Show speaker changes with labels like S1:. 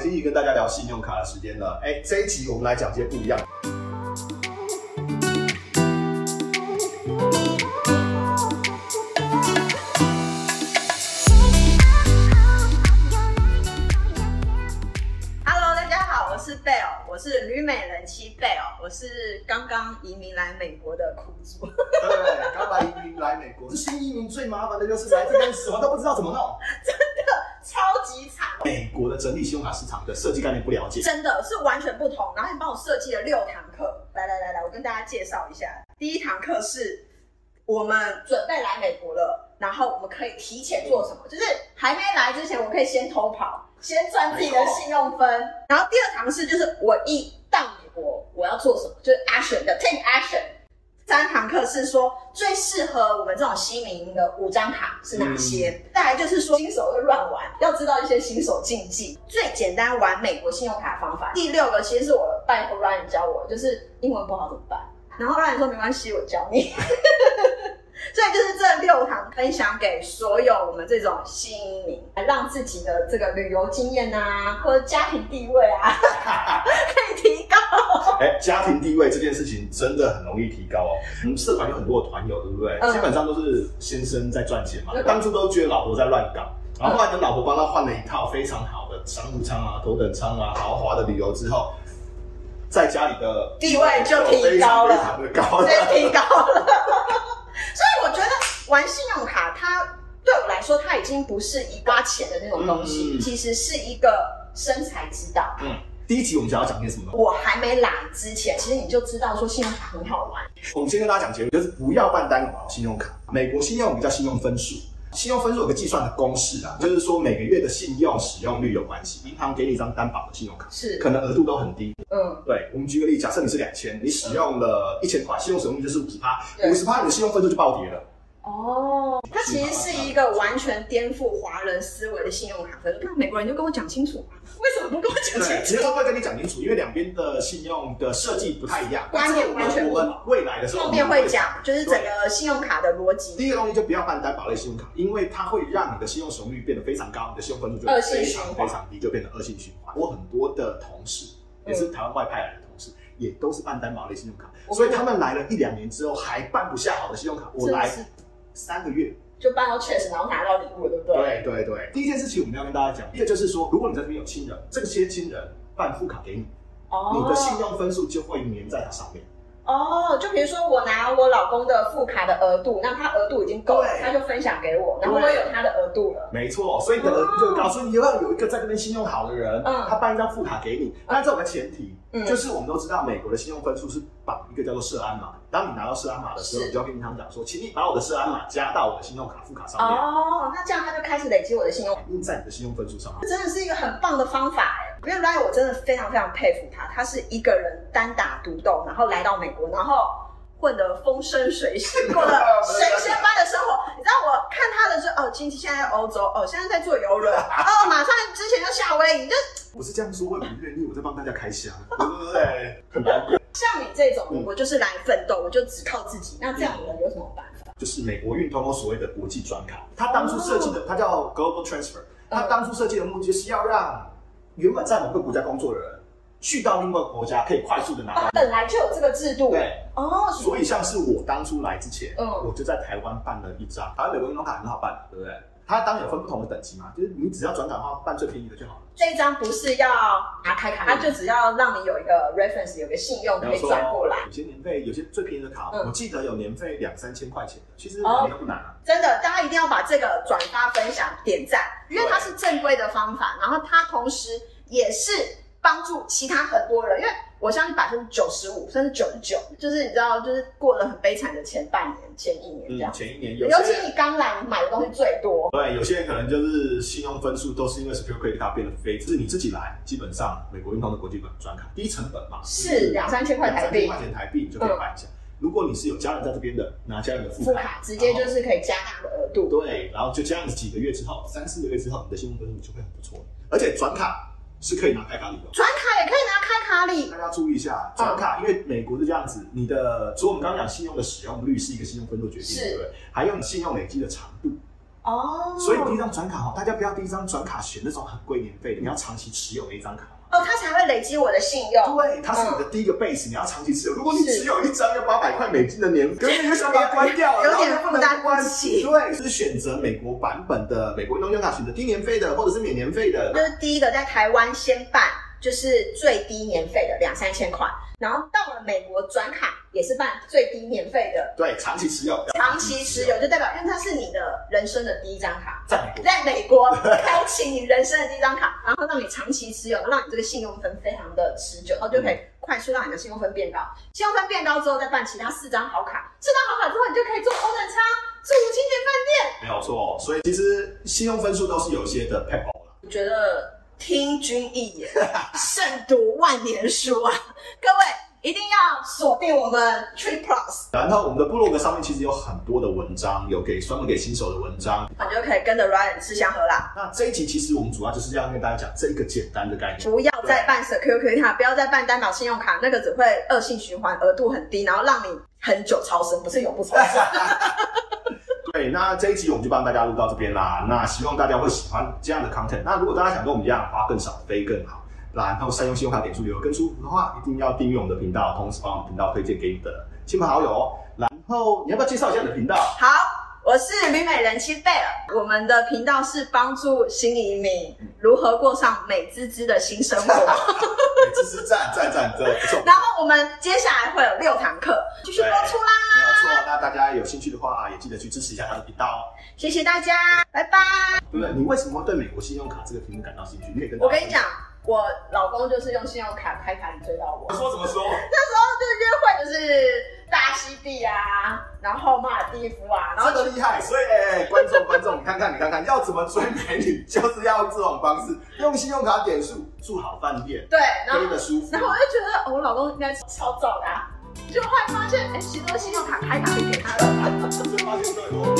S1: 经理跟大家聊信用卡的时间了。哎，这一集我们来讲些不一样的。
S2: Hello，大家好，我是贝尔，我是旅美人妻贝尔，我是刚刚移民来美国的苦主。
S1: 对，刚来移民来美国，这新移民最麻烦的就是来这边什么都不知道怎么弄。
S2: 超级惨，
S1: 美国的整体信用卡市场的设计概念不了解，
S2: 真的是完全不同。然后你帮我设计了六堂课，来来来来，我跟大家介绍一下。第一堂课是我们准备来美国了，然后我们可以提前做什么？就是还没来之前，我可以先偷跑，先赚自己的信用分。然后第二堂是就是我一到美国，我要做什么？就是 action 的 take action。三堂课是说最适合我们这种新民的五张卡是哪些？再来就是说新手会乱玩，要知道一些新手禁忌。最简单玩美国信用卡的方法，第六个其实是我拜托 Ryan 教我，就是英文不好怎么办？然后 Ryan 说没关系，我教你。 所以就是这六堂分享给所有我们这种新民，让自己的这个旅游经验啊，或者家庭地位啊，可以提高。
S1: 哎，家庭地位这件事情真的很容易提高哦。我们社团有很多的团友，对不对？
S2: 嗯
S1: 基本上都是先生在赚钱嘛，
S2: 嗯
S1: 当初都觉得老婆在乱搞，然后后来等老婆帮他换了一套非常好的商务舱啊、头等舱啊、豪华的旅游之后，在家里的
S2: 地位就提高了
S1: 非常非常的高了。
S2: 真提高了。 所以我觉得玩信用卡，它对我来说，它已经不是一花钱的那种东西，
S1: 嗯
S2: 其实是一个生财之道。
S1: 嗯，第一集我们想要讲些什么呢？
S2: 我还没来之前，其实你就知道说信用卡很好玩，
S1: 我们先跟大家讲结论，就是不要办单款信用卡。美国信用比较信用分数，信用分数有个计算的公式啊，就是说每个月的信用使用率有关系。银行给你一张担保的信用卡，
S2: 是，
S1: 可能额度都很低。
S2: 嗯，
S1: 对，我们举个例，假设你是两千，你使用了一千块，信用使用率就是五十趴，
S2: 对
S1: 五十趴你的信用分数就暴跌了。
S2: 哦，它其实是一个完全颠覆华人思维的信用卡分数。那美国人就跟我讲清楚啊，为什么不跟我讲清
S1: 对，
S2: 楚？
S1: 其实他会跟你讲清楚，因为两边的信用的设计不太一样，
S2: 观念完全不
S1: 我
S2: 同
S1: 们未来的时候
S2: 后面会。讲，就是整个信用卡的逻辑。
S1: 第一个东西就不要办担保类信用卡，因为它会让你的信用使用率变得非常高，你的信用分数就
S2: 恶性
S1: 非
S2: 循
S1: 常
S2: 环
S1: 非常低，就变成恶性循环。我很多的同事也是台湾外派来的同事，也都是办担保类信用卡，
S2: 我
S1: 所以他们来了一两年之后还办不下好的信用卡，我
S2: 真的
S1: 来
S2: 是
S1: 三个月
S2: 就办到确实，然后拿到礼物，对不对？
S1: 对对对，第一件事情我们要跟大家讲，一个就是说，如果你在这边有亲人，这些亲人办副卡给你，
S2: 哦，
S1: 你的信用分数就会粘在它上面。
S2: 哦，就比如说我拿我老公的副卡的额度，那他额度已经够了，
S1: 对
S2: 他就分享给我，然后
S1: 对
S2: 我有他的额度了。
S1: 没错，所以你的额度就告诉你要有一个在这边信用好的人，
S2: 嗯
S1: 他办一张副卡给你。那这有个前提，
S2: 嗯
S1: 就是我们都知道美国的信用分数是绑一个叫做社安码。当你拿到社安码的时候，
S2: 是
S1: 你就要跟银行讲说，请你把我的社安码加到我的信用卡副卡上面，
S2: 哦，那这样他就开始累积我的信用，哦
S1: 反映在你的信用分数上面。
S2: 真的是一个很棒的方法哎。因为 Ryan 我真的非常非常佩服他，他是一个人单打独斗，然后来到美国，然后混得风生水起，过了神仙般的生活。你知道我看他的是哦，亲戚现在在欧洲，哦，现在在坐游轮，哦，马上之前就夏威夷，就
S1: 我是这样说，我也不愿意，我在帮大家开箱，对不对？很难过。
S2: 像你这种
S1: 嗯，
S2: 我就是来奋斗，我就只靠自己。那这样的人有什么办法？
S1: 就是美国运通有所谓的国际转卡，它
S2: 哦
S1: 当初设计的，它叫 Global Transfer，它
S2: 嗯
S1: 当初设计的目的就是要让原本在某个国家工作的人去到另外一个国家，可以快速的拿到。，
S2: 啊本来就有这个制度。
S1: 对，
S2: 哦，
S1: 所以像是我当初来之前，
S2: 嗯
S1: 我就在台湾办了一张，台湾美国运通卡很好办，对不对？它当然有分不同的等级嘛，就是你只要转卡的话，办最便宜的就好了。
S2: 这一张不是要打开
S1: 嗯
S2: 卡，它就只要让你有一个 reference，有个信用
S1: 比
S2: 可
S1: 方
S2: 以
S1: 说
S2: 转过来。
S1: 有些年费，有些最便宜的卡，
S2: 嗯哦
S1: 我记得有年费两三千块钱的，其实好像不难啊。
S2: 真的，大家一定要把这个转发、分享、点赞，因为它是正规的方法，然后它同时也是帮助其他很多人，因为我相信百分之九十五甚至九十九，就是你知道，就是过了很悲惨的前半年、前一年这
S1: 嗯，
S2: 样。
S1: 前一年有些
S2: 尤其你刚来，你买的东西最多，
S1: 对，有些人可能就是信用分数都是因为 Secure Credit 卡变得非，就是你自己来，基本上美国运通的国际转转卡低成本嘛，
S2: 是两三千块台币
S1: 两三千块钱台币你就可以办一下。如果你是有家人在这边的，拿家人的啊
S2: 副卡直接就是可以加大的额度。
S1: 对，然后就这样子几个月之后，三四个月之后，你的信用分数就会很不错，而且转卡是可以拿开卡礼的。哦
S2: 转卡也可以拿开卡礼
S1: 大家注意一
S2: 嗯
S1: 下，转卡，因为美国是这样子，你的除了我们刚刚讲信用的使用率是一个信用分数决定的，
S2: 是
S1: 对不对？还有你信用累积的长度，
S2: 哦，
S1: 所以第一张转卡哈，大家不要第一张转卡选那种很贵年费的，你要长期持有那一张卡。
S2: 哦，它才会累积我的信用。
S1: 对，它是你的第一个 base，、你要长期持有。如果你只有一张要八百块美金的年，可是你又想把它关掉，
S2: 有
S1: 然后
S2: 点
S1: 又不
S2: 负担
S1: 能
S2: 不
S1: 关
S2: 起
S1: 对，就是选择美国版本的美国运动用卡，选择低年费的或者是免年费的
S2: 就。是第一个在台湾先办，就是最低年费的两三千块，然后到了美国转卡也是办最低年费的，
S1: 对，长期持有，
S2: 长期持有就代表，因为它是你的人生的第一张卡。
S1: 在美国。
S2: 在美国开启你人生的第一张卡，然后让你长期持有，让你这个信用分非常的持久，然后就可
S1: 嗯
S2: 以快速让你的信用分变高。信用分变高之后，再办其他四张好卡，四张好卡之后，你就可以做头等舱、住清洁饭店。
S1: 没有错，所以其实信用分数都是有一些的 p e
S2: 我觉得听君一言，胜读万年书啊！各位一定要锁定我们 Tree Plus，
S1: 然后我们的部落格上面其实有很多的文章，有给专门给新手的文章。
S2: 你就可以跟着 Ryan 吃香喝辣。
S1: 那这一集其实我们主要就是要跟大家讲这一个简单的概念。
S2: 不要再办 security 卡，不要再办单脑信用卡，那个只会恶性循环，额度很低，然后让你很久超生，不是永不超 生。
S1: 对，那这一集我们就帮大家录到这边啦。那希望大家会喜欢这样的 content。那如果大家想跟我们一样花更少飞更好，然后善用信用卡点数留更舒服的话，一定要订阅我们的频道，同时把我们频道推荐给你的亲朋好友哦。然后你要不要介绍一下你的频 道？
S2: 好，我是旅美人妻贝尔，我们的频道是帮助新移民如何过上美滋滋的新生活。
S1: 这是赞赞赞，这不错。
S2: 然后我们接下来会有六堂课继续播出啦，
S1: 没有错，那大家有兴趣的话，也记得去支持一下他的频道哦。
S2: 谢谢大家，拜拜。
S1: 对不对？你为什么会对美国信用卡这个题目感到兴趣？你可以跟大
S2: 我
S1: 家
S2: 跟你讲，我老公就是用信用卡开卡里追到我。
S1: 说怎么说？
S2: 那时候就是约会，就是大溪地啊，然后马尔蒂夫啊，然后
S1: 这个厉害，所以哎、观众观众，你看看你看看，要怎么追美女，就是要这种方式，用信用卡点数住好饭店，
S2: 对，然
S1: 飞
S2: 后
S1: 得舒服
S2: 然。后我就觉得、哦我老公应该超早的、啊，就后来发现，哎、其实都信用卡开卡里给他了。
S1: 这发现对我